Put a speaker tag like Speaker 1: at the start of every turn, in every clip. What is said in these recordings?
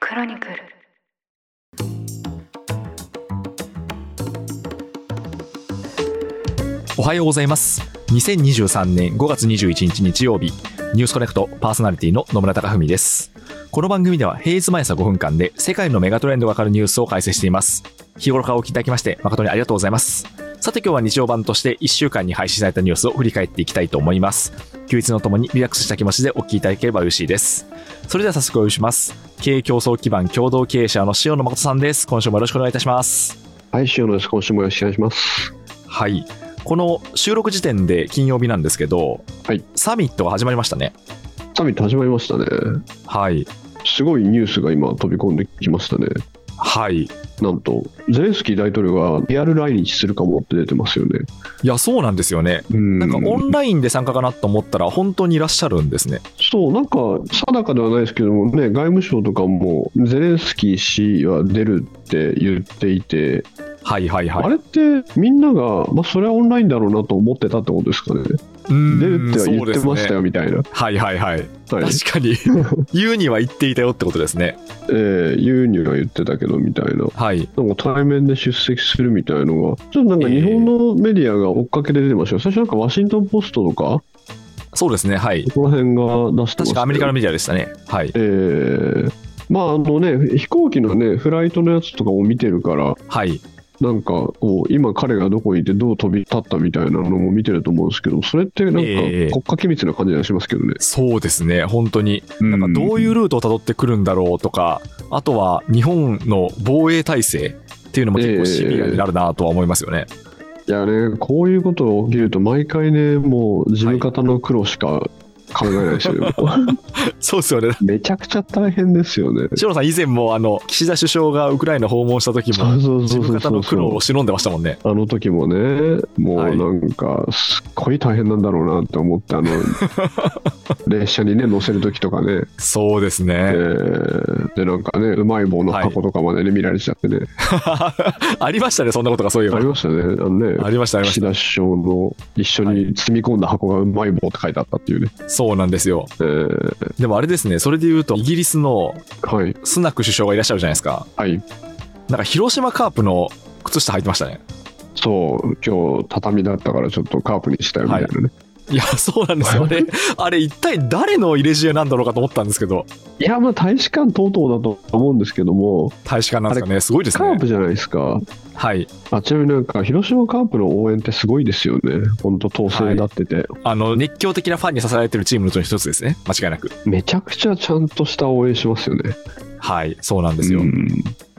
Speaker 1: クロニクル
Speaker 2: おはようございます2023年5月21日日曜日ニュースコネクトパーソナリティの野村貴文ですこの番組では平日毎朝5分間で世界のメガトレンドがわかるニュースを解説しています日頃からお聞きいただきまして誠にありがとうございますさて今日は日曜版として1週間に配信されたニュースを振り返っていきたいと思います休日のともにリラックスした気持ちでお聞きいただければ嬉しいですそれでは早速お呼びします経営競争基盤共同経営者の塩野誠さんです今週もよろしくお願いいたします
Speaker 3: はい、塩野です。今週もよろしくお願いします。
Speaker 2: はい。この収録時点で金曜日なんですけど、
Speaker 3: はい
Speaker 2: サミットが始まりましたね。
Speaker 3: サミット始まりましたね。
Speaker 2: はい。
Speaker 3: すごいニュースが今飛び込んできましたね。
Speaker 2: はい。い
Speaker 3: なんと、ゼレンスキー大統領がリアル来日するかもって出てますよね。
Speaker 2: や、そうなんですよね。
Speaker 3: うん
Speaker 2: なんかオンラインで参加かなと思ったら、本当にいらっしゃるんですね。
Speaker 3: そう、なんか定かではないですけどもね、外務省とかもゼレンスキー氏は出るって言っていて、
Speaker 2: はいはいはい。
Speaker 3: あれってみんなが、まあ、それはオンラインだろうなと思ってたってことですかね。
Speaker 2: うーん
Speaker 3: 出るっては言ってました
Speaker 2: そうですね
Speaker 3: よみたいな。
Speaker 2: はいはいはい。
Speaker 3: はい
Speaker 2: 確か に、言うには言っていたよってことですね。
Speaker 3: えー、ユーニュが言ってたけどみたいな。
Speaker 2: はい。
Speaker 3: なんか対面で出席するみたいのが、ちょっとなんか
Speaker 2: ええ
Speaker 3: 日本のメディアが追っかけで出てましたよ、最初なんかワシントン・ポストとか、
Speaker 2: そうですね。はい。
Speaker 3: この辺が出してましたよ
Speaker 2: 確かアメリカのメディアでしたね。はい。
Speaker 3: ええまああのね、飛行機のね、フライトのやつとかを見てるから、
Speaker 2: はい。
Speaker 3: なんかこう、今、彼がどこにいて、どう飛び立ったみたいなのも見てると思うんですけど、それってなんか
Speaker 2: ええ
Speaker 3: 国家機密な感じがしますけどね。
Speaker 2: そうですね。本当に。
Speaker 3: な
Speaker 2: なんかどういうルートをたどってくるんだろうとか、あとは日本の防衛体制っていうのも結構シビアになるなとは思いますよね。
Speaker 3: いやね、こういうことが起きると、毎回ね、もう事務方の苦労しか考えないで すよ、
Speaker 2: そうですよ ね。
Speaker 3: めちゃくちゃ大変ですよね。
Speaker 2: 塩野さん、以前もあの岸田首相がウクライナ訪問した時
Speaker 3: そ
Speaker 2: も、
Speaker 3: うそう
Speaker 2: 自
Speaker 3: そうそ
Speaker 2: 分方
Speaker 3: うそ
Speaker 2: の
Speaker 3: う
Speaker 2: 苦労を忍んでましたもんね。
Speaker 3: あの時もね、も
Speaker 2: は
Speaker 3: う
Speaker 2: い
Speaker 3: なんか、すっごい大変なんだろうなって思って、あ の列車にね、乗せる時とかね、
Speaker 2: そうです
Speaker 3: え
Speaker 2: ね。
Speaker 3: ーで、なんかね、うまい棒の箱とかまでね、見られちゃってね、
Speaker 2: ありましたね、そんなことがそういえ
Speaker 3: あ
Speaker 2: ば
Speaker 3: り。ましたね、あの
Speaker 2: あ
Speaker 3: ね、
Speaker 2: りました、ありまし
Speaker 3: 岸田首相の一緒に積み込んだ箱がうまい棒って書いてあったっていうね、
Speaker 2: た。そうなんですよ。
Speaker 3: えー
Speaker 2: でもあれですね、それで言うと、イギリスの
Speaker 3: はい、
Speaker 2: スナック首相がいらっしゃるじゃないですか。
Speaker 3: はい、
Speaker 2: なんか広島カープの靴下履いてましたね。
Speaker 3: そう、今日畳だったから、ちょっとカープにしたよみたいなね。
Speaker 2: いや、そうなんですよ。あれ、あれ一体誰の入れ知恵なんだろうかと思ったんですけど、
Speaker 3: いや、まあ、大使館等々だと思うんですけども、
Speaker 2: 大使館なんですかね、すごいです
Speaker 3: カー
Speaker 2: ね
Speaker 3: プ。じゃないですか。
Speaker 2: はい、
Speaker 3: あちなみになんか広島カープの応援ってすごいですよね、本当、当選になってて、
Speaker 2: あの熱狂的なファンに支えられてるチームのうちの一つですね、間違いなく。
Speaker 3: めちゃくちゃちゃんとした応援しますよね。
Speaker 2: はい、そうなんですよ。
Speaker 3: うん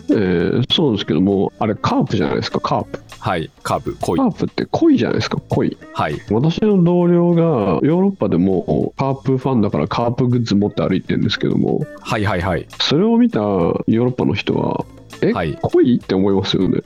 Speaker 3: えーそうですけども、あれ、カープじゃないですか、カープ。
Speaker 2: はい、カーブ、恋
Speaker 3: カ。ープって恋じゃないですか、恋。
Speaker 2: はい、
Speaker 3: 私の同僚がヨーロッパでもカープファンだからカープグッズ持って歩いてるんですけども、
Speaker 2: はい、はい、はい。
Speaker 3: それを見たヨーロッパの人は、え、
Speaker 2: はい
Speaker 3: 恋って思いますよね。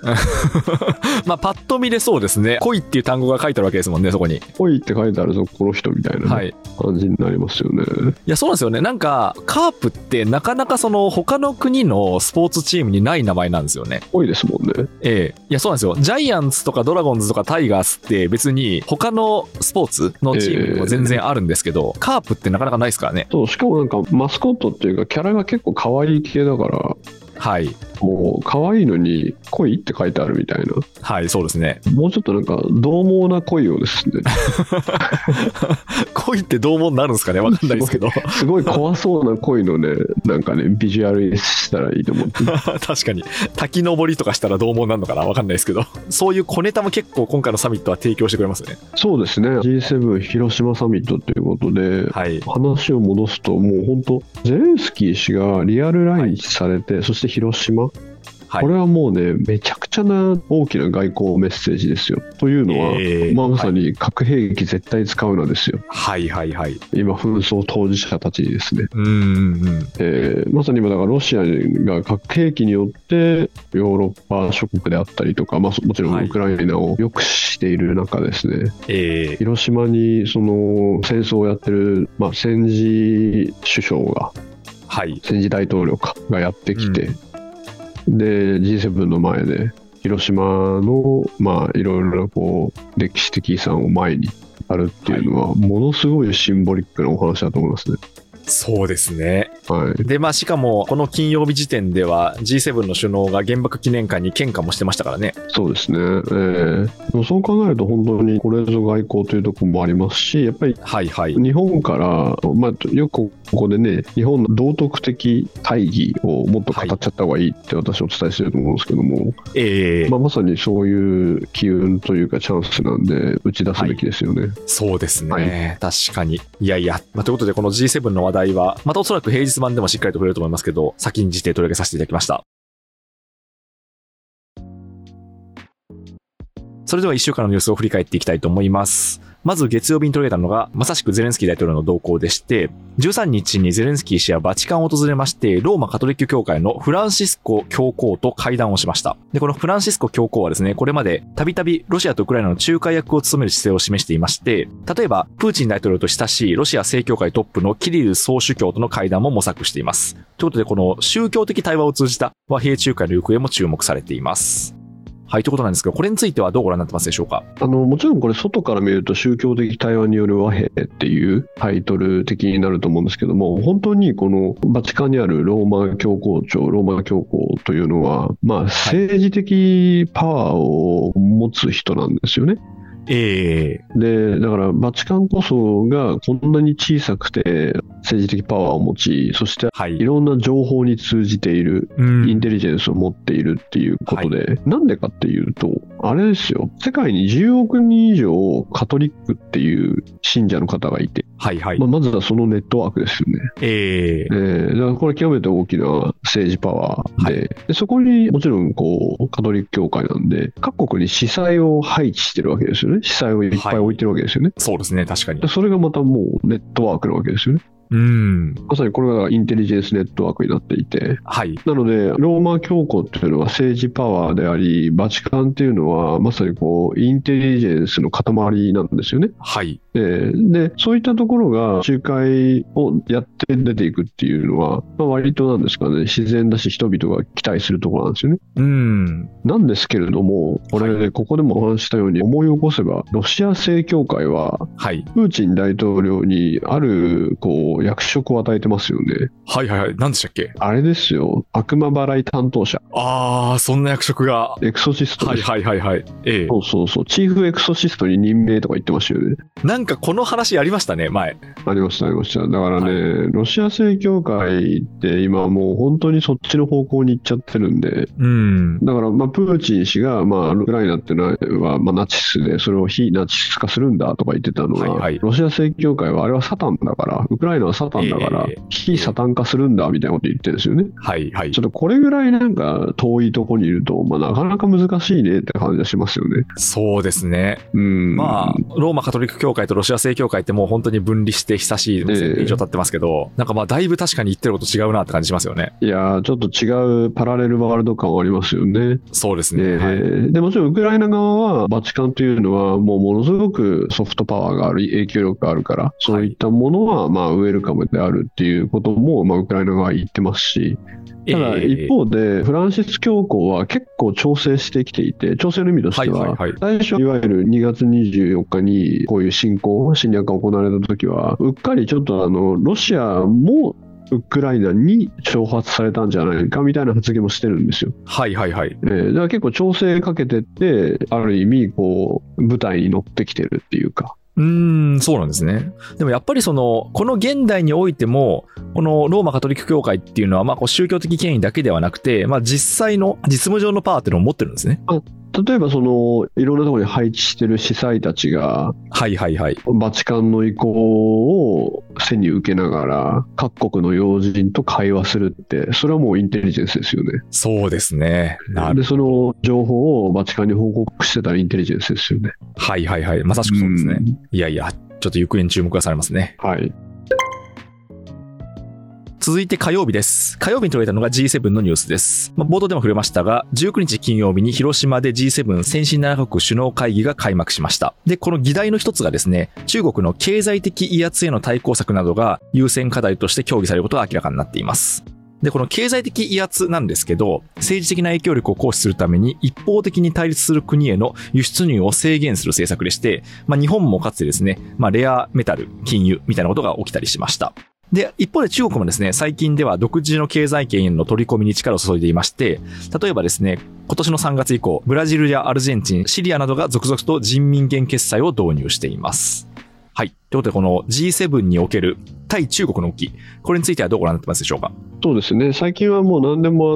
Speaker 2: まあ、パッと見でそうですね、恋っていう単語が書いてあるわけですもんね、そこに。
Speaker 3: 恋って書いてあるぞ、この人みたいなね、
Speaker 2: はい、い
Speaker 3: 感じになりますよね。
Speaker 2: や、そうなんですよね、なんか、カープってなかなかその他の国のスポーツチームにない名前なんですよね。
Speaker 3: 恋ですもんね。
Speaker 2: ええ、いやそうなんですよジャイアンツとかドラゴンズとかタイガースって別に他のスポーツのチームにも全然あるんですけど、カープってなかなかないですからね
Speaker 3: そうしかもなんかマスコットっていうかキャラが結構可愛い系だから
Speaker 2: はい
Speaker 3: もう可愛いのに「恋」って書いてあるみたいな
Speaker 2: はいそうですね
Speaker 3: もうちょっとなんか獰猛な恋をですね
Speaker 2: 恋ってどうもになるんですかねわかんないです けど
Speaker 3: すごい怖そうな恋のねなんかねビジュアルにしたらいいと思って
Speaker 2: 確かに滝登りとかしたらどうもになるのかなわかんないですけどそういう小ネタも結構今回のサミットは提供してくれますね
Speaker 3: そうですね G7 広島サミットということで、
Speaker 2: はい
Speaker 3: 話を戻すともう本当ゼレンスキー氏がリアル来日されて、そして広島、
Speaker 2: はい
Speaker 3: これはもうねめちゃくちゃな大きな外交メッセージですよというのは、
Speaker 2: えー
Speaker 3: まあ、まさに核兵器絶対使うなですよ、
Speaker 2: はいはいはい
Speaker 3: 今、紛争当事者たちにですね、
Speaker 2: うんうんうん
Speaker 3: えーまさに今、だからロシアが核兵器によって、ヨーロッパ諸国であったりとか、まあ、そもちろ
Speaker 2: は
Speaker 3: ん
Speaker 2: い
Speaker 3: ウクライナを抑止している中ですね、
Speaker 2: ええ
Speaker 3: 広島にその戦争をやってる、まあ、戦時首相が、
Speaker 2: はい
Speaker 3: 戦時大統領かがやってきて、で、G7 の前で、広島の、まあ、いろいろなこう歴史的遺産を前にあるっていうのは、ものすごいシンボリックなお話だと思いますね。
Speaker 2: そうですね
Speaker 3: はい。
Speaker 2: で、まあ、しかも、この金曜日時点では G7 の首脳が原爆記念館に献花もしてましたからね。
Speaker 3: そうですね、ええでもそう考えると、本当にこれぞ外交というところもありますし、やっぱり
Speaker 2: はいはい。
Speaker 3: 日本から、まあ、よくここでね、日本の道徳的大義をもっと語っちゃった方がいいって私、お伝えしてると思うんですけども、
Speaker 2: ええ
Speaker 3: まあ、まさにそういう機運というか、チャンスなんで、打ち出すべきですよね。
Speaker 2: そうですね。
Speaker 3: は
Speaker 2: 確かに。いやいや。まあ、ということで、この G7 の話題は、またおそらく平日版でもしっかりと触れると思いますけど、先んじて取り上げさせていただきました。それでは1週間のニュースを振り返っていきたいと思います。まず月曜日に取り上げたのが、まさしくゼレンスキー大統領の動向でして、13日にゼレンスキー氏はバチカンを訪れまして、ローマカトリック教会のフランシスコ教皇と会談をしました。で、このフランシスコ教皇はですね、これまでたびたびロシアとウクライナの仲介役を務める姿勢を示していまして、例えば、プーチン大統領と親しいロシア正教会トップのキリル総主教との会談も模索しています。ということで、この宗教的対話を通じた和平仲介の行方も注目されています。はい、ということなんですけど、これについてはどうご覧になってますでしょうか
Speaker 3: あのもちろんこれ外から見ると宗教的対話による和平っていうタイトル的になると思うんですけども本当にこのバチカンにあるローマ教皇庁ローマ教皇というのは、まあ、政治的パワーを持つ人なんですよね。
Speaker 2: ええ
Speaker 3: でだからバチカンこそがこんなに小さくて政治的パワーを持ちそして
Speaker 2: はい
Speaker 3: い。ろんな情報に通じている
Speaker 2: うん
Speaker 3: インテリジェンスを持っているっていうことで、なんでかっていうと、あれですよ、世界に10億人以上カトリックっていう信者の方がいて、
Speaker 2: はいはい
Speaker 3: まあ、。まずはそのネットワークですよね。
Speaker 2: ええ
Speaker 3: えーだからこれ極めて大きな政治パワーで、
Speaker 2: は
Speaker 3: でそこにもちろんこうカトリック教会なんで、各国に司祭を配置してるわけですよね。司祭をいっぱい置いてるわけですよね。
Speaker 2: そうですね、確かに
Speaker 3: で。それがまたもうネットワークなわけですよね。
Speaker 2: うん。
Speaker 3: まさにこれがインテリジェンスネットワークになっていて、
Speaker 2: はい。
Speaker 3: なので、ローマ教皇っていうのは政治パワーであり、バチカンっていうのはまさにこう、インテリジェンスの塊なんですよね。
Speaker 2: はい。
Speaker 3: えーで、そういったところが仲介をやって出ていくっていうのは、まあ、割となんですかね、自然だし人々が期待するところなんですよね。
Speaker 2: うん。
Speaker 3: なんですけれども、これ、ここでもお話ししたように思い起こせば、ロシア正教会は、
Speaker 2: はい。
Speaker 3: プーチン大統領にある、こう、役職を与えてますよね。
Speaker 2: はいはいはい。何でしたっけ
Speaker 3: あれですよ、悪魔払い担当者、
Speaker 2: ああ、そんな役職が。
Speaker 3: エクソシスト
Speaker 2: は
Speaker 3: で
Speaker 2: い
Speaker 3: す
Speaker 2: はいはいはい。ええ
Speaker 3: そうそうそう、チーフエクソシストに任命とか言ってましたよね。
Speaker 2: なんかこの話やりましたね、前。
Speaker 3: ありました、ありました。だからね、ロシア正教会って今もう本当にそっちの方向に行っちゃってるんで、
Speaker 2: うん。
Speaker 3: だから、まあ、プーチン氏が、まあ、ウクライナっていうのは、まあ、ナチスで、それを非ナチス化するんだとか言ってたのが、
Speaker 2: はいはい
Speaker 3: ロシア正教会はあれはサタンだから、ウクライナはサタンだから、
Speaker 2: ええ
Speaker 3: 非サタン化するんだみたいなこと言ってるんですよね。
Speaker 2: はいはい
Speaker 3: ちょ。っとこれぐらいなんか遠いとこにいると、まあ、なかなか難しいねって感じがしますよね。
Speaker 2: そうですね。
Speaker 3: うん。
Speaker 2: まあ、ローマカトリック教会とロシア正教会ってもう本当に分離して久しい1000年以上経ってますけど、なんかまあだいぶ確かに言ってること違うなって感じしますよね。
Speaker 3: いやーちょっと違うパラレルワールド感はありますよね。
Speaker 2: そうですね。
Speaker 3: え
Speaker 2: はい
Speaker 3: ーでもちろんウクライナ側はバチカンというのはもうものすごくソフトパワーがある影響力があるからそういったものはまあウェルカムであるっていうこともまあウクライナ側は言ってますしただ
Speaker 2: ええ
Speaker 3: 一方でフランシス教皇は結構調整してきていて調整の意味として
Speaker 2: はい
Speaker 3: は
Speaker 2: はいはい
Speaker 3: 最初いわゆる2月24日にこういう侵攻侵略が行われた時はうっかりちょっとあのロシアもウクライナに挑発されたんじゃないかみたいな発言もしてるんですよ。
Speaker 2: はいはいはい。
Speaker 3: えーだから結構調整かけてって、ある意味、こう、舞台に乗ってきてるっていうか。
Speaker 2: うーん、そうなんですね。でもやっぱりその、この現代においても、このローマカトリック教会っていうのは、まあこう宗教的権威だけではなくて、まあ実際の実務上のパワーっていうのを持ってるんですね。
Speaker 3: 例えば、その、いろんなところに配置してる司祭たちが、
Speaker 2: はいはいはい。
Speaker 3: バチカンの意向を背に受けながら、各国の要人と会話するって、それはもうインテリジェンスですよね。
Speaker 2: そうですね。なる
Speaker 3: で、その情報をバチカンに報告してたインテリジェンスですよね。
Speaker 2: はいはいはい。まさしくそうですね。
Speaker 3: ん
Speaker 2: いやいや、ちょっと行方に注目がされますね。
Speaker 3: はい。
Speaker 2: 続いて火曜日です。火曜日に取り上げたのが G7 のニュースです。まあ、冒頭でも触れましたが、19日金曜日に広島で G7 先進7カ国首脳会議が開幕しました。で、この議題の一つがですね、中国の経済的威圧への対抗策などが優先課題として協議されることが明らかになっています。で、この経済的威圧なんですけど、政治的な影響力を行使するために一方的に対立する国への輸出入を制限する政策でして、まあ、日本もかつてですね、まあ、レアメタル、金融みたいなことが起きたりしました。で、一方で中国もですね、最近では独自の経済圏への取り込みに力を注いでいまして、例えばですね、今年の3月以降、ブラジルやアルゼンチン、シリアなどが続々と人民元決済を導入しています。はい。ということで、この G7 における対中国の動き、これについてはどうご覧になってますでしょうか
Speaker 3: そうですね、最近はもう何でも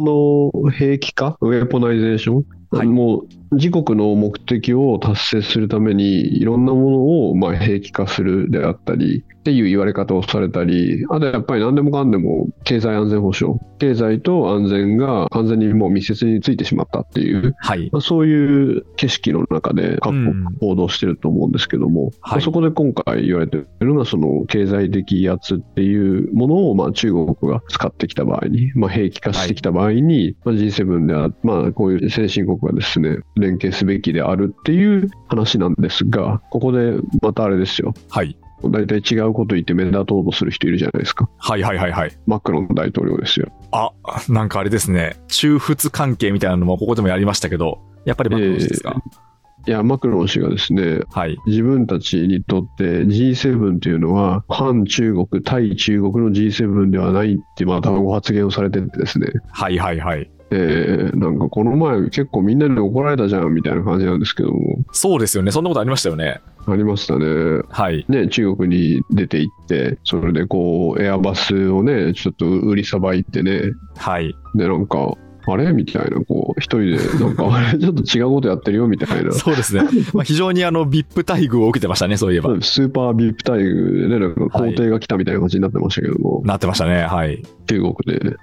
Speaker 3: あの兵器化、ウェポナイゼーション、
Speaker 2: はい
Speaker 3: もう自国の目的を達成するために、いろんなものをまあ兵器化するであったりっていう言われ方をされたり、あとやっぱり何でもかんでも経済安全保障、経済と安全が完全にもう密接についてしまったっていう、
Speaker 2: はい。
Speaker 3: まあ、そういう景色の中で各国
Speaker 2: うん
Speaker 3: 行動してると思うんですけども、
Speaker 2: はい
Speaker 3: そこで今回言われてるのがその経済的威圧っていうものをまあ中国が使ってきた場合に、まあ、兵器化してきた場合に、まあ G7 では、まあ、こういう先進国がですね連携すべきであるっていう話なんですがここでまたあれですよ
Speaker 2: はい。
Speaker 3: 大体違うこと言って目立とうとする人いるじゃないですか
Speaker 2: はいはいはいはい。
Speaker 3: マクロン大統領ですよ
Speaker 2: あ、なんかあれですね、中仏関係みたいなのもここでもやりましたけど、やっぱりマクロン氏ですか、
Speaker 3: いやマクロン氏がですね
Speaker 2: はい。
Speaker 3: 自分たちにとって G7 というのは反中国、対中国の G7 ではないってまたご発言をされててですね、
Speaker 2: はいはいはい。
Speaker 3: えーなんかこの前結構みんなに怒られたじゃんみたいな感じなんですけども、
Speaker 2: そうですよね。そんなことありましたよね。
Speaker 3: ありましたね。
Speaker 2: はい。
Speaker 3: ね、中国に出て行って、それでこう、エアバスをね、ちょっと売りさばいてね、
Speaker 2: はい。
Speaker 3: で、なんか、あれみたいな、こう、一人で、なんか、あれ、 ちょっと違うことやってるよみたいな。
Speaker 2: そうです ね。まあ、非常にあの、VIP 待遇を受けてましたね、そういえば。
Speaker 3: スーパービップ待遇でね、なんか皇帝が来たみたいな感じになってましたけども、
Speaker 2: なってましたね。はい。
Speaker 3: 中国で。うん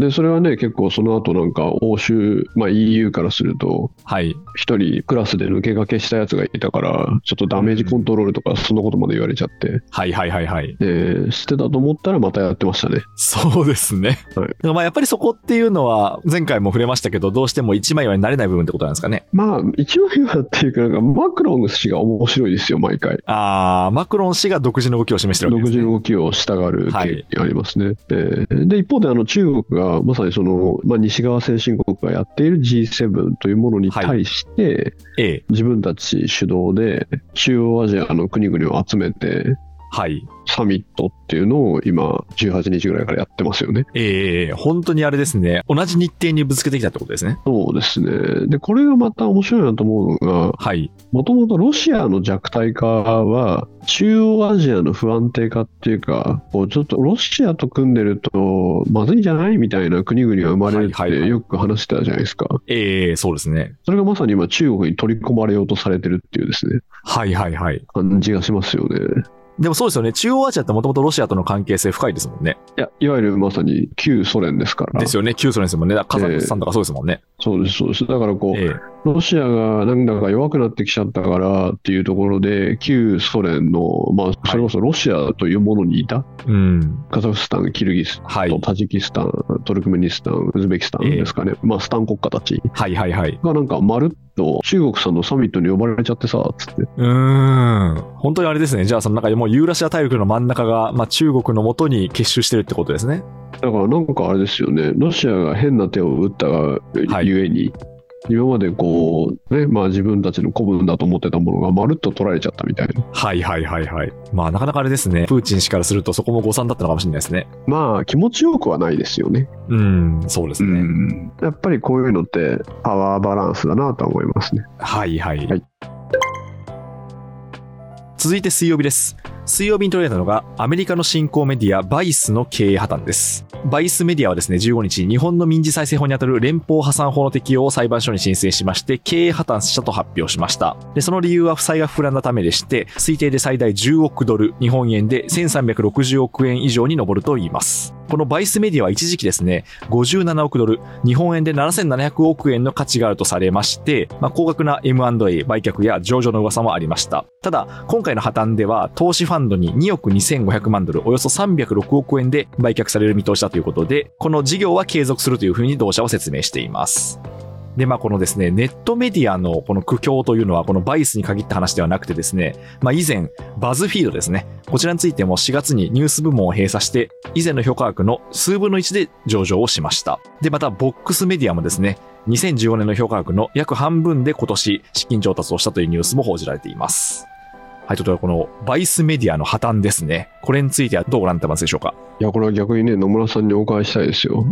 Speaker 3: でそれはね結構その後なんか欧州、まあ、EU からすると
Speaker 2: はい。
Speaker 3: 一人クラスで抜け駆けしたやつがいたからちょっとダメージコントロールとかそんなことまで言われちゃって、
Speaker 2: はいはいはいはい。
Speaker 3: で捨てたと思ったらまたやってましたね
Speaker 2: そうですね。
Speaker 3: はい
Speaker 2: でもまあ、やっぱりそこっていうのは、前回も触れましたけど、どうしても一枚岩になれない部分ってことなんですかね。
Speaker 3: まあ一応言うっていうかなんかマクロン氏が面白いですよ毎回
Speaker 2: あー、マクロン氏が独自の動きを示してるわ
Speaker 3: 独
Speaker 2: けです、ね。
Speaker 3: 自の動きを従う
Speaker 2: は
Speaker 3: 傾
Speaker 2: い
Speaker 3: 向ありますね、えーで一方であの中国がまさにその、まあ、西側先進国がやっている G7 というものに対して、
Speaker 2: ええ。
Speaker 3: 自分たち主導で中央アジアの国々を集めて
Speaker 2: はい。
Speaker 3: サミットっていうのを今18日ぐらいからやってますよね。
Speaker 2: ええええ、本当にあれですね。同じ日程にぶつけてきたってことですね。
Speaker 3: そうですね。で、これがまた面白いなと思うのが、
Speaker 2: はい。
Speaker 3: もともとロシアの弱体化は中央アジアの不安定化っていうか、こうちょっとロシアと組んでるとまずいんじゃないみたいな国々が生まれるっ
Speaker 2: はいはいは
Speaker 3: て
Speaker 2: い
Speaker 3: よく話してたじゃないですか。
Speaker 2: ええそうですね。
Speaker 3: それがまさに今中国に取り込まれようとされてるっていうですね、
Speaker 2: はいはいはい。
Speaker 3: 感じがしますよね。
Speaker 2: でもそうですよね。中央アジアってもともとロシアとの関係性深いですもんね。
Speaker 3: いや、いわゆるまさに旧ソ連ですから。
Speaker 2: ですよね。旧ソ連ですもんね。だからカザフスタンとかそうですもんね。
Speaker 3: そうです、そうです。だからこう、
Speaker 2: ええ
Speaker 3: ロシアがなんだか弱くなってきちゃったからっていうところで、旧ソ連の、まあ、それこそロシアというものにいた、
Speaker 2: うん。
Speaker 3: カザフスタン、キルギス
Speaker 2: は
Speaker 3: と
Speaker 2: い。
Speaker 3: タジキスタン、トルクメニスタン、ウズベキスタンですかね、まあ、スタン国家たち
Speaker 2: はいはいはい。
Speaker 3: がなんか、まるっと中国さんのサミットに呼ばれちゃってさ、つって、
Speaker 2: うーん。本当にあれですね。じゃあその中でもうユーラシア大陸の真ん中が、まあ、中国のもとに結集してるってことですね。
Speaker 3: だからなんかあれですよね、ロシアが変な手を打ったが
Speaker 2: はい
Speaker 3: ゆえに、今までこう、ねまあ、自分たちの古文だと思ってたものがまるっと取られちゃったみたいな。
Speaker 2: はいはいはいはい。まあなかなかあれですね。プーチン氏からするとそこも誤算だったのかもしれないですね。
Speaker 3: まあ気持ちよくはないですよね。
Speaker 2: うん、そうですね。
Speaker 3: やっぱりこういうのってパワーバランスだなとは思いますね。
Speaker 2: はいはい。
Speaker 3: はい
Speaker 2: 続いて水曜日です。水曜日に取り上げたのが、アメリカの新興メディア、バイスの経営破綻です。バイスメディアはですね、15日、日本の民事再生法にあたる連邦破産法の適用を裁判所に申請しまして、経営破綻したと発表しました。で、その理由は負債が膨らんだためでして、推定で最大10億ドル、日本円で1360億円以上に上るといいます。このバイスメディアは一時期ですね、57億ドル、日本円で7700億円の価値があるとされまして、まあ、高額な M&A 売却や上場の噂もありました。ただ、今回の破綻では、投資ファンドに2億2500万ドル、およそ306億円で売却される見通しだということで、この事業は継続するというふうに同社は説明しています。で、まあ、このですね、ネットメディアのこの苦境というのは、このバイスに限った話ではなくてですね、まあ、以前、バズフィードですね、こちらについても4月にニュース部門を閉鎖して、以前の評価額の数分の1で上場をしました。で、また、ボックスメディアもですね、2015年の評価額の約半分で今年資金調達をしたというニュースも報じられています。はい、ちょっとこのバイスメディアの破綻ですね。これについてはどうご覧になってますでしょうか
Speaker 3: いや、これは逆にね、野村さんにお伺いしたいです よ。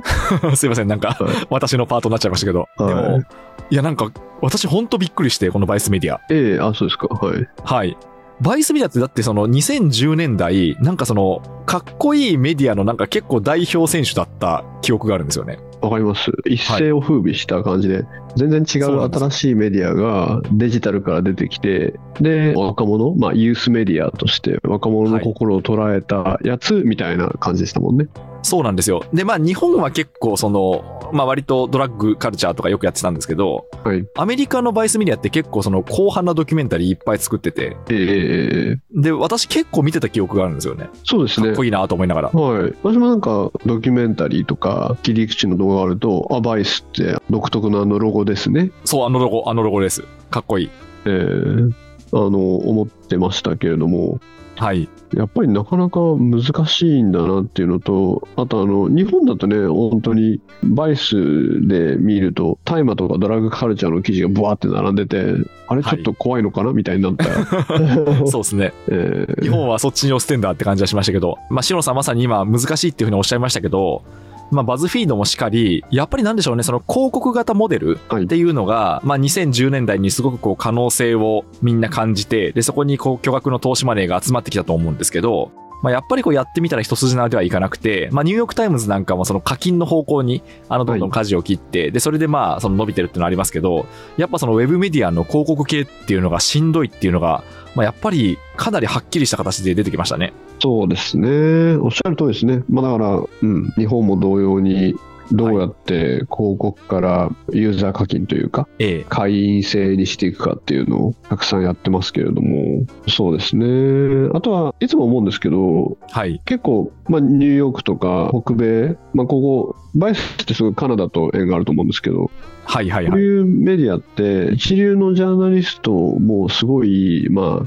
Speaker 2: すいません、なんか、
Speaker 3: はい
Speaker 2: 私のパートになっちゃいましたけど。
Speaker 3: は
Speaker 2: で
Speaker 3: い
Speaker 2: も、いや、なんか、私ほんとびっくりして、このバイスメディア。
Speaker 3: ええあ、そうですか。はい。
Speaker 2: はい。バイスメディアってだってその2010年代、なんかその、かっこいいメディアのなんか結構代表選手だった記憶があるんですよね。
Speaker 3: わかります。一世を風靡した感じで、全然違
Speaker 2: そうな
Speaker 3: うん
Speaker 2: です
Speaker 3: 新しいメディアがデジタルから出てきて、で、若者、まあ、ユースメディアとして若者の心を捉えたやつみたいな感じでしたもんね。
Speaker 2: そうなんですよ。で、まあ日本は結構その、まあ割とドラッグカルチャーとかよくやってたんですけど、
Speaker 3: はい。
Speaker 2: アメリカのバイスメディアって結構その広範なドキュメンタリーいっぱい作ってて、
Speaker 3: ええええ
Speaker 2: で、私結構見てた記憶があるんですよね。
Speaker 3: そうです
Speaker 2: か
Speaker 3: ね。
Speaker 2: っこいいなと思いながら。
Speaker 3: はい、私もなんかドキュメンタリーとか切り口の動画があるとアバイスって独特のあのロゴですね、
Speaker 2: そう、あのロゴ、あのロゴです。かっこいい。
Speaker 3: えーあの思ってましたけれども
Speaker 2: はい。
Speaker 3: やっぱりなかなか難しいんだなっていうのとあとあの日本だとね本当にバイスで見ると大麻とかドラッグカルチャーの記事がブワーって並んでてあれちょっと怖いのかなみたいになった、
Speaker 2: そうですね。
Speaker 3: えー
Speaker 2: 日本はそっちに寄せてんだって感じはしましたけど、まあ、シロさんまさに今難しいっていうふうにおっしゃいましたけど、まあ、バズフィードもしかり、やっぱりなんでしょうね、その広告型モデル
Speaker 3: はい
Speaker 2: っていうのが、まあ、2010年代にすごくこう可能性をみんな感じて、で、そこにこう巨額の投資マネーが集まってきたと思うんですけど、まあ、やっぱりこうやってみたら一筋縄ではいかなくて、まあ、ニューヨークタイムズなんかもその課金の方向に、あの、どんどん舵を切って、で、それでまあ、その伸びてるっていうのはありますけど、やっぱそのウェブメディアの広告系っていうのがしんどいっていうのが、まあ、やっぱりかなりはっきりした形で出てきましたね。
Speaker 3: そうですね、おっしゃる通りですね、まあ、だから、うん、日本も同様に、どうやって広告からユーザー課金というか、
Speaker 2: ええ。
Speaker 3: 会員制にしていくかっていうのをたくさんやってますけれども、そうですね、あとはいつも思うんですけど、
Speaker 2: はい。
Speaker 3: 結構、まあ、ニューヨークとか北米、まあ、ここ、バイスってすごいカナダと縁があると思うんですけど、
Speaker 2: はいはい
Speaker 3: こ
Speaker 2: は
Speaker 3: う
Speaker 2: い。
Speaker 3: いうメディアって一流のジャーナリストもすごい、まあ、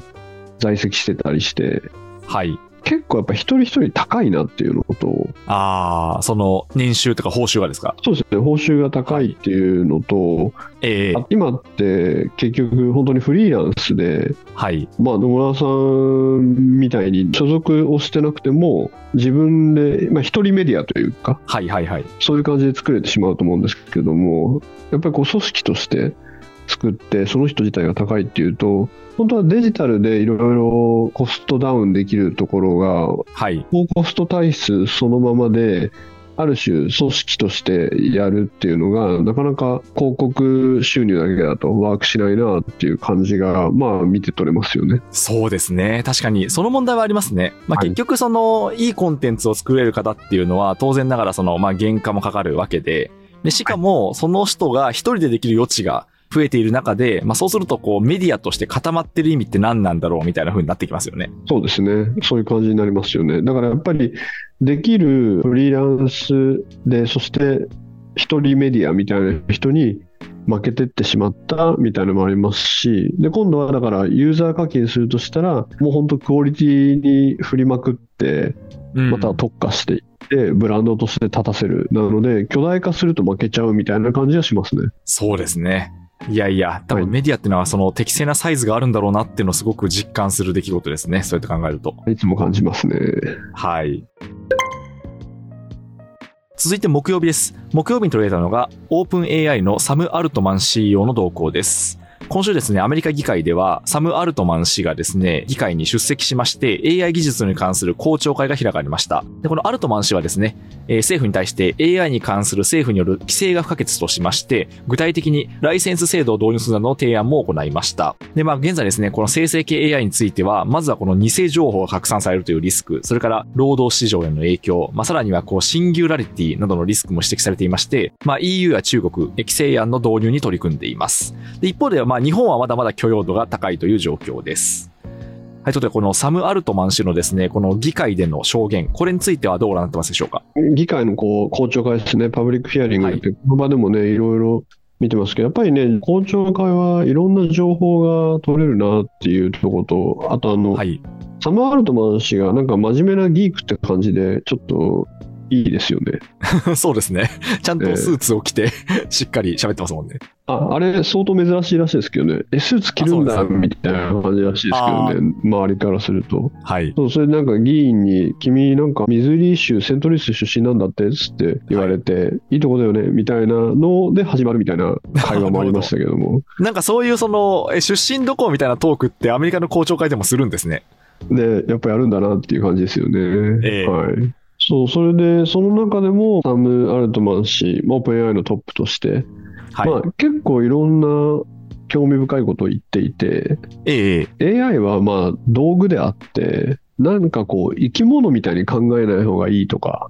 Speaker 3: 在籍してたりして、
Speaker 2: はい。
Speaker 3: 結構やっぱ一人一人高いなっていうのと、
Speaker 2: ああ、その、年収とか報酬がですか
Speaker 3: そうですね、報酬が高いっていうのと、
Speaker 2: ええ
Speaker 3: あ今って結局、本当にフリーランスで、
Speaker 2: はい。
Speaker 3: まあ、野村さんみたいに所属をしてなくても、自分で、まあ、一人メディアというか、
Speaker 2: はいはいはい。
Speaker 3: そういう感じで作れてしまうと思うんですけども、やっぱりこう組織として作って、その人自体が高いっていうと、本当はデジタルでいろいろコストダウンできるところが
Speaker 2: はい。
Speaker 3: 高コスト体質そのままである種組織としてやるっていうのがなかなか広告収入だけだとワークしないなっていう感じがまあ見て取れますよね。
Speaker 2: そうですね。確かに、その問題はありますね。まあ、
Speaker 3: はい
Speaker 2: 結局、その、いいコンテンツを作れる方っていうのは、当然ながら、その、まあ、原価もかかるわけで、で、しかも、その人が一人でできる余地が増えている中で、まあ、そうすると、こう、メディアとして固まってる意味って何なんだろうみたいな風になってきますよね。
Speaker 3: そうですね。そういう感じになりますよね。だからやっぱりできるフリーランスでそして一人メディアみたいな人に負けてってしまったみたいなのもありますしで今度はだからユーザー課金するとしたらもう本当クオリティに振りまくって
Speaker 2: うん
Speaker 3: また特化していって、ブランドとして立たせる。なので、巨大化すると負けちゃうみたいな感じはしますね。
Speaker 2: そうですね。いやいや、多
Speaker 3: は
Speaker 2: 分
Speaker 3: い
Speaker 2: メディアってのはその適正なサイズがあるんだろうなっていうのをすごく実感する出来事ですね。そうやって考えると。
Speaker 3: いつも感じますね。
Speaker 2: はい。続いて木曜日です。木曜日に取り上げたのが、オープン AI のサム・アルトマン CEO の動向です。今週ですね、アメリカ議会では、サム・アルトマン氏がですね、議会に出席しまして、AI 技術に関する公聴会が開かれました。で、このアルトマン氏はですね、えー政府に対して AI に関する政府による規制が不可欠としまして、具体的にライセンス制度を導入するなどの提案も行いました。で、まあ現在ですね、この生成系 AI については、まずはこの偽情報が拡散されるというリスク、それから労働市場への影響、まあさらにはこうシンギュラリティなどのリスクも指摘されていまして、まあ EU や中国、規制案の導入に取り組んでいます。で、一方ではまあ日本はまだまだ許容度が高いという状況です。はい、ということでこのサム・アルトマン氏のですね、この議会での証言、これについてはどうご覧になってますでしょうか
Speaker 3: 議会のこう公聴会ですね、パブリックヒアリングって、
Speaker 2: は
Speaker 3: この場でもね、いろいろ見てますけど、やっぱりね、公聴会はいろんな情報が取れるなっていうところと、あとあの、
Speaker 2: はい。
Speaker 3: サム・アルトマン氏がなんか真面目なギークって感じで、ちょっといいですよね。
Speaker 2: そうですね。ちゃんとスーツを着て、しっかり喋ってますもんね。
Speaker 3: ああれ、相当珍しいらしいですけどね、えスーツ着るん
Speaker 2: あそ
Speaker 3: だ
Speaker 2: うです
Speaker 3: みたいな感じらしいですけどね、周りからすると。
Speaker 2: はい。
Speaker 3: そうそれでなんか議員に「君なんかミズーリ州セントルイス出身なんだって」っつって言われて「い、いとこだよね」みたいなので始まるみたいな会話もありましたけども
Speaker 2: なんかそういうその、え出身どこみたいなトークってアメリカの公聴会でもするんですね。
Speaker 3: でやっぱやるんだなっていう感じですよね。
Speaker 2: ええ
Speaker 3: はいそうそれでその中でもサム・アルトマン氏、まあ、オープン AI のトップとして、
Speaker 2: はい。
Speaker 3: まあ、結構いろんな興味深いことを言っていて
Speaker 2: ええ
Speaker 3: AI はまあ道具であってなんかこう生き物みたいに考えない方がいいとか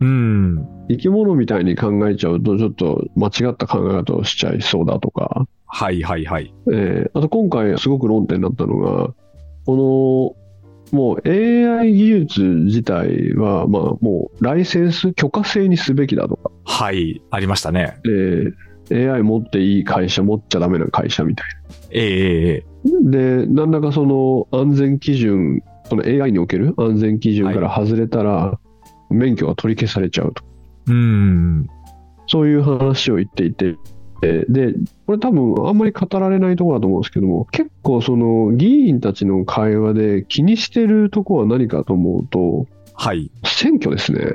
Speaker 2: うん。
Speaker 3: 生き物みたいに考えちゃうとちょっと間違った考え方をしちゃいそうだとか、
Speaker 2: はいはいはい。
Speaker 3: えーあと今回すごく論点になったのがこのもう AI 技術自体は、まあ、もうライセンス許可制にすべきだとか、
Speaker 2: はい。ありましたね。
Speaker 3: えー AI 持っていい会社持っちゃダメな会社みたい
Speaker 2: ええええ
Speaker 3: なで何らかその安全基準その AI における安全基準から外れたら、免許が取り消されちゃうと
Speaker 2: うん。
Speaker 3: そういう話を言っていて、えーで、これ多分あんまり語られないところだと思うんですけども、結構その議員たちの会話で気にしてるとこは何かと思うと、
Speaker 2: はい。
Speaker 3: 選挙ですね。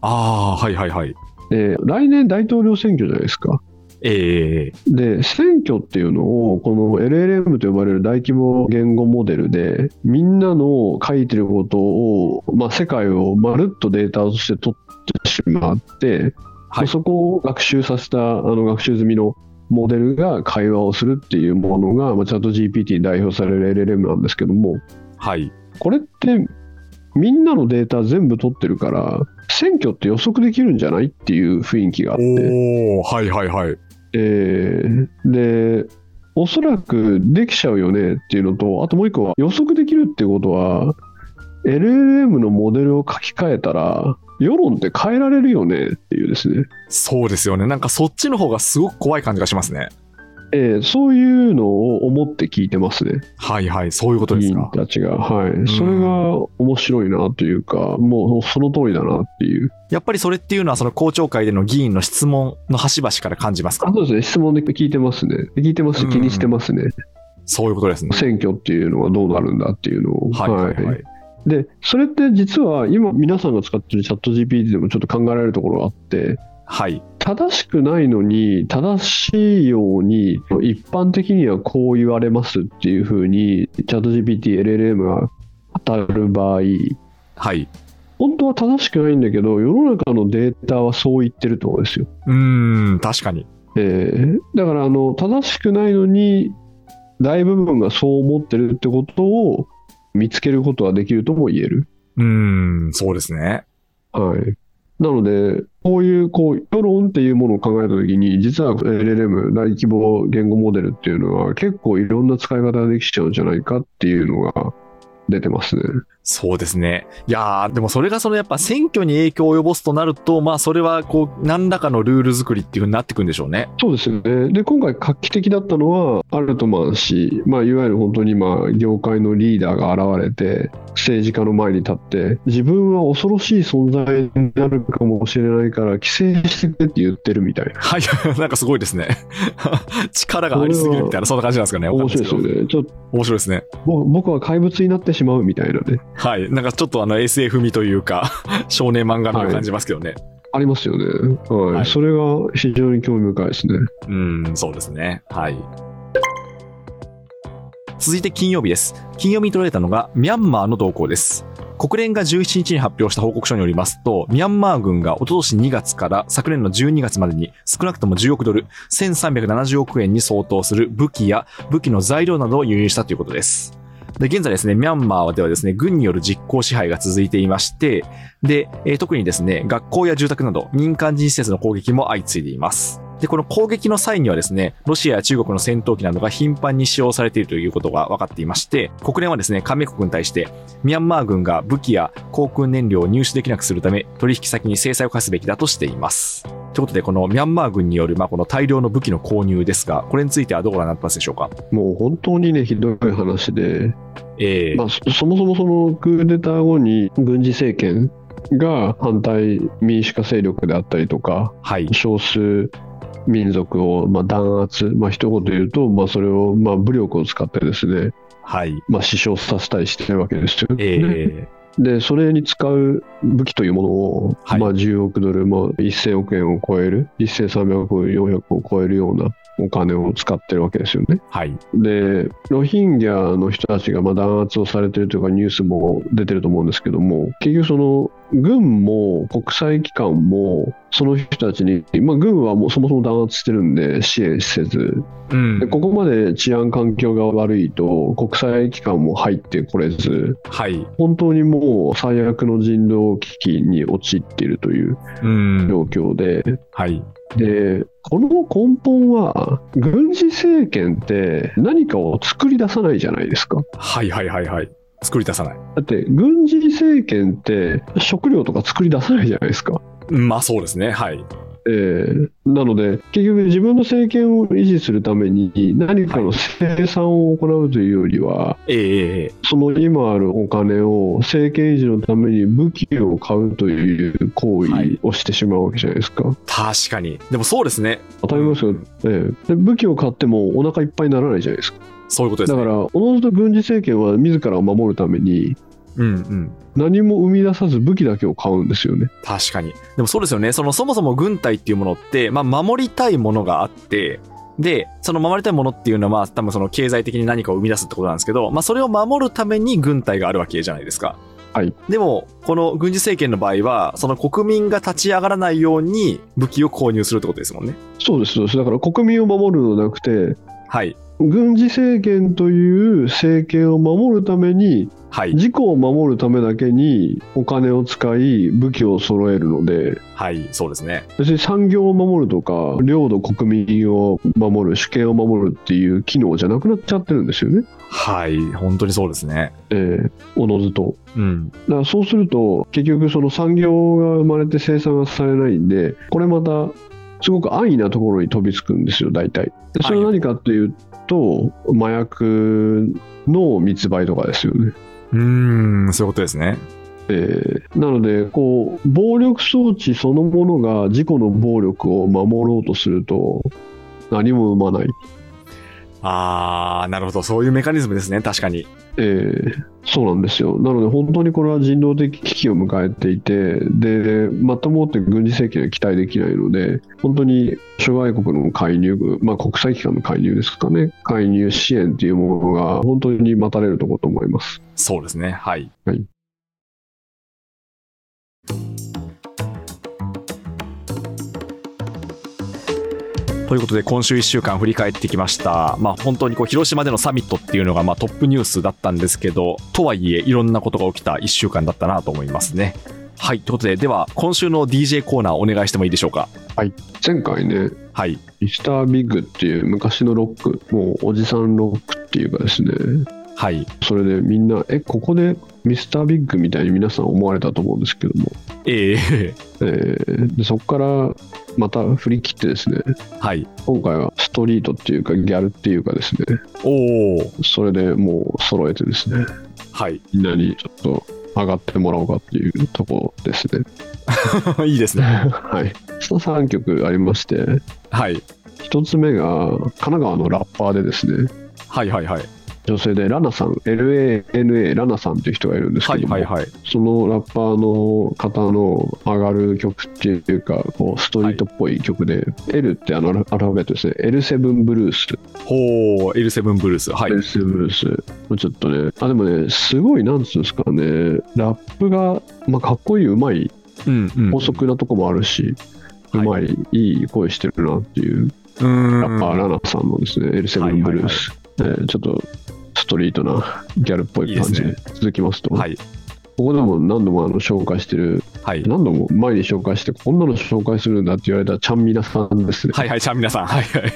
Speaker 2: ああ、はいはいはい。
Speaker 3: で、来年大統領選挙じゃないですか。
Speaker 2: えええ
Speaker 3: で、選挙っていうのを、この LLM と呼ばれる大規模言語モデルで、みんなの書いてることを、まあ、世界をまるっとデータとして取ってしまって、
Speaker 2: はい
Speaker 3: そこを学習させた、あの学習済みのモデルが会話をするっていうものが、まあ、チャット GPT に代表される LLM なんですけども、
Speaker 2: はい。
Speaker 3: これって、みんなのデータ全部取ってるから、選挙って予測できるんじゃないっていう雰囲気があって。
Speaker 2: おおはいはいはい。
Speaker 3: えーでおそらくできちゃうよねっていうのとあともう一個は予測できるってことは LLM のモデルを書き換えたら世論って変えられるよねっていうですね、
Speaker 2: そうですよね。なんかそっちの方がすごく怖い感じがしますね。
Speaker 3: えーそういうのを思って聞いてますね
Speaker 2: はいはい。そういうことで
Speaker 3: 議
Speaker 2: す
Speaker 3: 員
Speaker 2: か。
Speaker 3: たちがはい
Speaker 2: ん
Speaker 3: それが面白いなというかもうその通りだなっていう
Speaker 2: やっぱりそれっていうのはその公聴会での議員の質問の端々から感じます
Speaker 3: あ
Speaker 2: か
Speaker 3: そうですね質問で聞いてますね聞いてますし気にしてますね、
Speaker 2: そういうことですね。
Speaker 3: 選挙っていうのはどうなるんだっていうのを
Speaker 2: はいはいはい。
Speaker 3: でそれって実は今皆さんが使ってるチャット GPT でもちょっと考えられるところがあって
Speaker 2: はい。
Speaker 3: 正しくないのに正しいように一般的にはこう言われますっていうふうにチャット GPTLLM が語る場合
Speaker 2: はい。
Speaker 3: 本当は正しくないんだけど世の中のデータはそう言ってるってことですよ、
Speaker 2: うーん、確かに。
Speaker 3: えーだからあの正しくないのに大部分がそう思ってるってことを見つけることはできるとも言える
Speaker 2: うーん、そうですね。
Speaker 3: はい。なので、こういう、こう、世論っていうものを考えたときに、実は LLM、大規模言語モデルっていうのは、結構いろんな使い方ができちゃうんじゃないかっていうのが出てますね。
Speaker 2: そうですね。いやー、でもそれがそのやっぱ選挙に影響を及ぼすとなると、まあそれはこう、何らかのルール作りっていう風になってくんでしょうね。
Speaker 3: そうですよね。で、今回画期的だったのは、アルトマン氏、まあ、いわゆる本当に今、業界のリーダーが現れて、政治家の前に立って、自分は恐ろしい存在になるかもしれないから、規制してくれって言ってるみたいな。
Speaker 2: はい、 なんかすごいですね。力がありすぎるみたいな、そんな感じなんですかね。わかん
Speaker 3: 面
Speaker 2: ない
Speaker 3: 白い
Speaker 2: で
Speaker 3: で
Speaker 2: け
Speaker 3: すす
Speaker 2: ど
Speaker 3: よね。ちょっと
Speaker 2: 面白いですね。
Speaker 3: ぼ僕は怪物になってしまうみたいなね、
Speaker 2: はい。なんかちょっとあの SF 味というか、少年漫画味を感じますけどね。
Speaker 3: ありますよね。はい。
Speaker 2: はい
Speaker 3: それが非常に興味深いですね。
Speaker 2: うーん、そうですね。はい。続いて金曜日です。金曜日に取られたのが、ミャンマーの動向です。国連が17日に発表した報告書によりますと、ミャンマー軍がおととし2月から昨年の12月までに少なくとも10億ドル、1370億円に相当する武器や武器の材料などを輸入したということです。で、現在ですね、ミャンマーではですね、軍による実効支配が続いていまして、で、えー特にですね、学校や住宅など民間人施設の攻撃も相次いでいます。で、この攻撃の際にはですね、ロシアや中国の戦闘機などが頻繁に使用されているということが分かっていまして、国連はですね、加盟国に対して、ミャンマー軍が武器や航空燃料を入手できなくするため、取引先に制裁を科すべきだとしています。ということで、このミャンマー軍による、まあ、この大量の武器の購入ですが、これについてはどうご覧になってますでしょうか
Speaker 3: もう本当にね、ひどい話で、
Speaker 2: ええ
Speaker 3: まあ、そそもそもそのクーデター後に軍事政権が反対民主化勢力であったりとか、
Speaker 2: はい。
Speaker 3: 少数民族をまあ弾圧、まあ一言で言うと、まあ、それをまあ武力を使ってですね、
Speaker 2: はい。
Speaker 3: まあ、死傷させたりしてるわけですよ、
Speaker 2: えー、
Speaker 3: でそれに使う武器というものを、
Speaker 2: はい
Speaker 3: まあ、10億ドル、まあ、1000億円を超える1300億400億を超えるようなお金を使ってるわけですよね
Speaker 2: はい。
Speaker 3: でロヒンギャの人たちがまあ弾圧をされてるというかニュースも出てると思うんですけども結局その軍も国際機関もその人たちに、まあ、軍はもうそもそも弾圧してるんで支援せず
Speaker 2: うん
Speaker 3: でここまで治安環境が悪いと国際機関も入ってこれず
Speaker 2: はい。
Speaker 3: 本当にもう最悪の人道危機に陥っているという
Speaker 2: うん。
Speaker 3: 状況で
Speaker 2: はい。
Speaker 3: でこの根本は軍事政権って何かを作り出さないじゃないですか
Speaker 2: はいはいはいはい。作り出さない。
Speaker 3: だって軍事政権って食料とか作り出さないじゃないですか。
Speaker 2: うんまあそうですね。はい。
Speaker 3: えーなので結局自分の政権を維持するために何かの生産を行うというよりは、
Speaker 2: ええええ
Speaker 3: その今あるお金を政権維持のために武器を買うという行為をしてしまうわけじゃないですか、
Speaker 2: 確かに。でもそうですね。
Speaker 3: 当たり前ですよ、ええで武器を買ってもお腹いっぱいにならないじゃないですか
Speaker 2: そういうことです
Speaker 3: だ
Speaker 2: ね。
Speaker 3: からおのずと軍事政権は自らを守るために
Speaker 2: うんうん。
Speaker 3: 何も生み出さず武器だけを買うんですよね
Speaker 2: 確かに。でもそうですよね。そのそもそも軍隊っていうものって、まあ守りたいものがあって、で、その守りたいものっていうのは、まあ多分その経済的に何かを生み出すってことなんですけど、まあそれを守るために軍隊があるわけじゃないですか。
Speaker 3: はい。
Speaker 2: でも、この軍事政権の場合は、その国民が立ち上がらないように武器を購入するってことですもんね。
Speaker 3: そうですそうですだから国民を守るのではなくて
Speaker 2: はい。
Speaker 3: 軍事政権という政権を守るために
Speaker 2: はい。
Speaker 3: 自己を守るためだけにお金を使い武器を揃えるので
Speaker 2: はい。そうですね。
Speaker 3: 別に産業を守るとか領土国民を守る主権を守るっていう機能じゃなくなっちゃってるんですよね、
Speaker 2: はい。本当にそうですね。
Speaker 3: えーおのずと
Speaker 2: うん。
Speaker 3: だからそうすると結局その産業が生まれて生産がされないんでこれまたすごく安易なところに飛びつくんですよ大体でそれは何かっていうと麻薬の密売とかですよね
Speaker 2: うーん、そういうことですね。
Speaker 3: えーなのでこう暴力装置そのものが自己の暴力を守ろうとすると何も生まない、
Speaker 2: あー、なるほど。そういうメカニズムですね。確かに。
Speaker 3: えーそうなんですよなので本当にこれは人道的危機を迎えていてでまともって軍事政権は期待できないので本当に諸外国の介入、まあ、国際機関の介入ですかね介入支援というものが本当に待たれるところと思います。
Speaker 2: そうですね。はい。
Speaker 3: はい
Speaker 2: ということで今週1週間振り返ってきました、まあ、本当にこう広島でのサミットっていうのがまあトップニュースだったんですけどとはいえいろんなことが起きた1週間だったなと思いますね。はいということででは今週の DJ コーナーお願いしてもいいでしょうか。
Speaker 3: 前回ね
Speaker 2: はい、
Speaker 3: ミスタービッグっていう昔のロックもうおじさんロックっていうかですね
Speaker 2: はい、
Speaker 3: それでみんな、え、ここでミスタービッグみたいに皆さん思われたと思うんですけども、
Speaker 2: ええ
Speaker 3: えーでそこからまた振り切ってですね、
Speaker 2: はい、
Speaker 3: 今回はストリートっていうかギャルっていうかですね、
Speaker 2: おお、
Speaker 3: それでもう揃えてですね、
Speaker 2: はい、
Speaker 3: みんなにちょっと上がってもらおうかっていうところですね。
Speaker 2: いいですね。
Speaker 3: はい。その3曲ありまして、
Speaker 2: はい、
Speaker 3: 1つ目が神奈川のラッパーでですね、
Speaker 2: はい、はい、はい、
Speaker 3: 女性でラナさん、LANA ラナさんっていう人がいるんです
Speaker 2: は
Speaker 3: け
Speaker 2: い、
Speaker 3: ども、
Speaker 2: はい、はい、
Speaker 3: そのラッパーの方の上がる曲っていうか、こうストリートっぽい曲で、L ってあのアルファベットですね、L7 ブルース、
Speaker 2: ほう、L7 ブルース、はい、
Speaker 3: L7 ブルース、もうちょっとね、あ、でもね、すごい、なんつうんですかね、ラップが、まあ、かっこいい、うまい、
Speaker 2: うん、うん、
Speaker 3: 高速なとこもあるし、うまい、い、い声してるなっていう、
Speaker 2: うーん、
Speaker 3: ラッパー、ラナさんのですね、
Speaker 2: はいはい
Speaker 3: L7
Speaker 2: は
Speaker 3: ブ
Speaker 2: い
Speaker 3: ルース、えーちょっとストリートなギャルっぽい感じ
Speaker 2: いい
Speaker 3: で続きますと、
Speaker 2: はい、
Speaker 3: ここでも何度もあの紹介してる、
Speaker 2: はい、
Speaker 3: 何度も前に紹介してこんなの紹介するんだって言われたちゃんみなさんですね。
Speaker 2: はい、はい、じゃあ皆さん、はい、はい、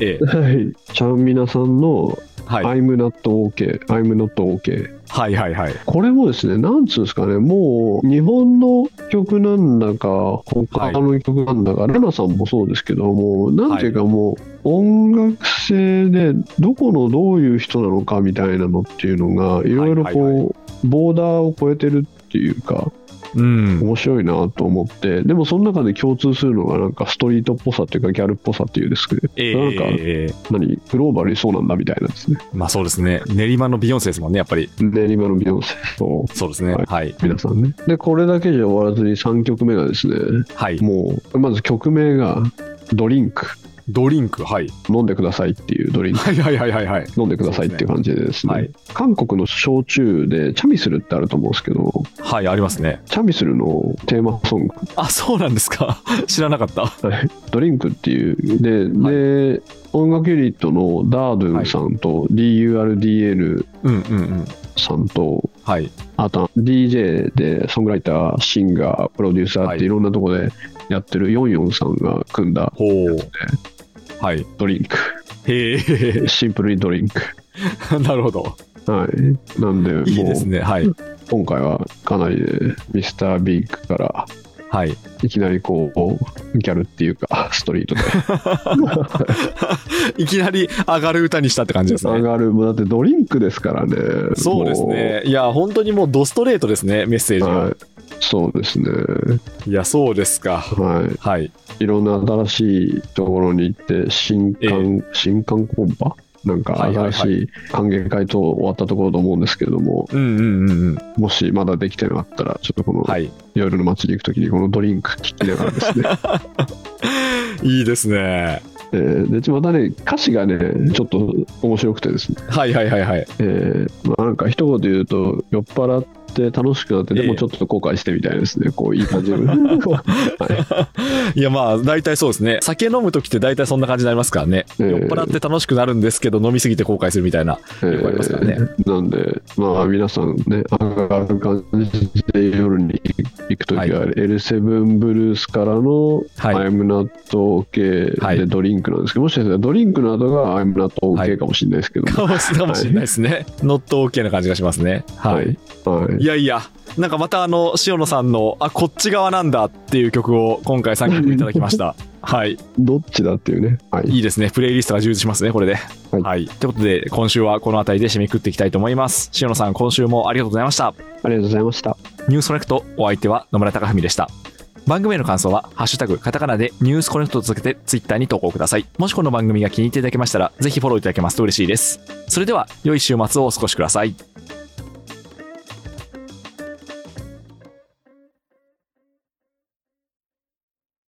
Speaker 2: ええ、
Speaker 3: はい、ちゃんみなさんの
Speaker 2: はい、
Speaker 3: I'm not OK、I'm not OK。
Speaker 2: はい、はい、はい、
Speaker 3: これもですね、なんつうんですかね、もう日本の曲なんだか、他の曲なんだか、ラナさんもそうですけども、なんていうかもう、音楽性でどこのどういう人なのかみたいなのっていうのが、いろいろこう、
Speaker 2: はいはい
Speaker 3: ボーダーを超えてるっていうか、
Speaker 2: うん。
Speaker 3: 面白いなと思ってでもその中で共通するのがなんかストリートっぽさっていうかギャルっぽさっていうですけど、
Speaker 2: え
Speaker 3: なんか
Speaker 2: え
Speaker 3: 何グローバルにそうなんだみたいなんですね
Speaker 2: まあそうですね。練馬のビヨンセですもんね、やっぱり。
Speaker 3: 練馬のビヨンセそう
Speaker 2: そうですね。
Speaker 3: はい
Speaker 2: はい。
Speaker 3: 皆さんねでこれだけじゃ終わらずに3曲目がですね
Speaker 2: はい。
Speaker 3: もうまず曲名が「ドリンク
Speaker 2: ドリンク、はい。
Speaker 3: 飲んでください」っていうドリンク
Speaker 2: はいはいはいはいはい。
Speaker 3: 飲んでくださいっていう感じでですね
Speaker 2: はい
Speaker 3: 韓国の焼酎でチャミスルってあると思うんですけど
Speaker 2: はい、ありますね。
Speaker 3: チャミスルのテーマソング
Speaker 2: あ、そうなんですか。 知らなかった。
Speaker 3: はいドリンクっていうで,、で音楽ユニットのダードゥンさんと DURDL
Speaker 2: うんうんうん。
Speaker 3: さんと
Speaker 2: はい。
Speaker 3: あと DJ でソングライターシンガープロデューサーっ
Speaker 2: はい
Speaker 3: ていろんなとこでやってるヨンヨンさんが組んだ
Speaker 2: ほう。はい。
Speaker 3: ドリンク
Speaker 2: へえ。
Speaker 3: シンプルにドリンク
Speaker 2: なるほど。
Speaker 3: はいなんでもう
Speaker 2: いいですね。はい。
Speaker 3: 今回はかなりねミスタービークから
Speaker 2: はい。
Speaker 3: いきなりこうギャルっていうか ストリ ートで
Speaker 2: いきなり上がる歌にしたって感じです
Speaker 3: 上
Speaker 2: ね。
Speaker 3: がるもうだってドリンクですからね
Speaker 2: そうですね。いや、本当にもうドストレートですね、メッセージ
Speaker 3: もう
Speaker 2: が。
Speaker 3: はいそうですね
Speaker 2: いや、そうですか。
Speaker 3: は
Speaker 2: はい。
Speaker 3: い、いろんな新しいところに行って新刊、新刊コンパなんか
Speaker 2: はいはいは
Speaker 3: 新
Speaker 2: い
Speaker 3: しい歓迎会と終わったところと思うんですけれども、
Speaker 2: うんうんうんうん。
Speaker 3: もしまだできてなかったらちょっとこの
Speaker 2: はい。
Speaker 3: 夜の街に行くときにこのドリンク聞きながらですね、
Speaker 2: いいですね。
Speaker 3: えーでまたね歌詞がねちょっと面白くてですね、
Speaker 2: はいはいはいはい。
Speaker 3: えーまあ、なんか一言で言うと酔っ払って楽しくなってで
Speaker 2: え
Speaker 3: も
Speaker 2: え
Speaker 3: ちょっと後悔してみたいですねこういい感じの はい
Speaker 2: いやまあ大体そうですね酒飲む時って大体そんな感じになりますからね、
Speaker 3: ええ
Speaker 2: 酔っ払って楽しくなるんですけど飲みすぎて後悔するみたいな
Speaker 3: え
Speaker 2: よくありますからね
Speaker 3: ーなんで、まあ、皆さんね、上がる感じで夜に行くときは、
Speaker 2: はい
Speaker 3: L7 ブルースからの
Speaker 2: はい
Speaker 3: I'm not OK
Speaker 2: はい
Speaker 3: でドリンクなんですけど、もしかしたらドリンクの後が I'm not
Speaker 2: はい
Speaker 3: OK かもしれないですけども、
Speaker 2: かもしかもしれないですね、ノット OK な感じがしますねはい、い、
Speaker 3: はい
Speaker 2: やいやなんかまたあの塩野さんのあこっち側なんだっていう曲を今回3曲いただきました はい
Speaker 3: どっちだっていうね、はい、
Speaker 2: いいですねプレイリストが充実しますねこれではいはい、ということで今週はこの辺りで締めくくっていきたいと思います塩野さん今週もありがとうございました
Speaker 3: ありがとうございました。
Speaker 2: ニュースコネクトお相手は野村貴文でした番組への感想は「ハッシュタグカタカナ」で「ニュースコネクト」と続けてツイッターに投稿くださいもしこの番組が気に入っていただけましたらぜひフォローいただけますと嬉しいですそれでは良い週末をお過ごしください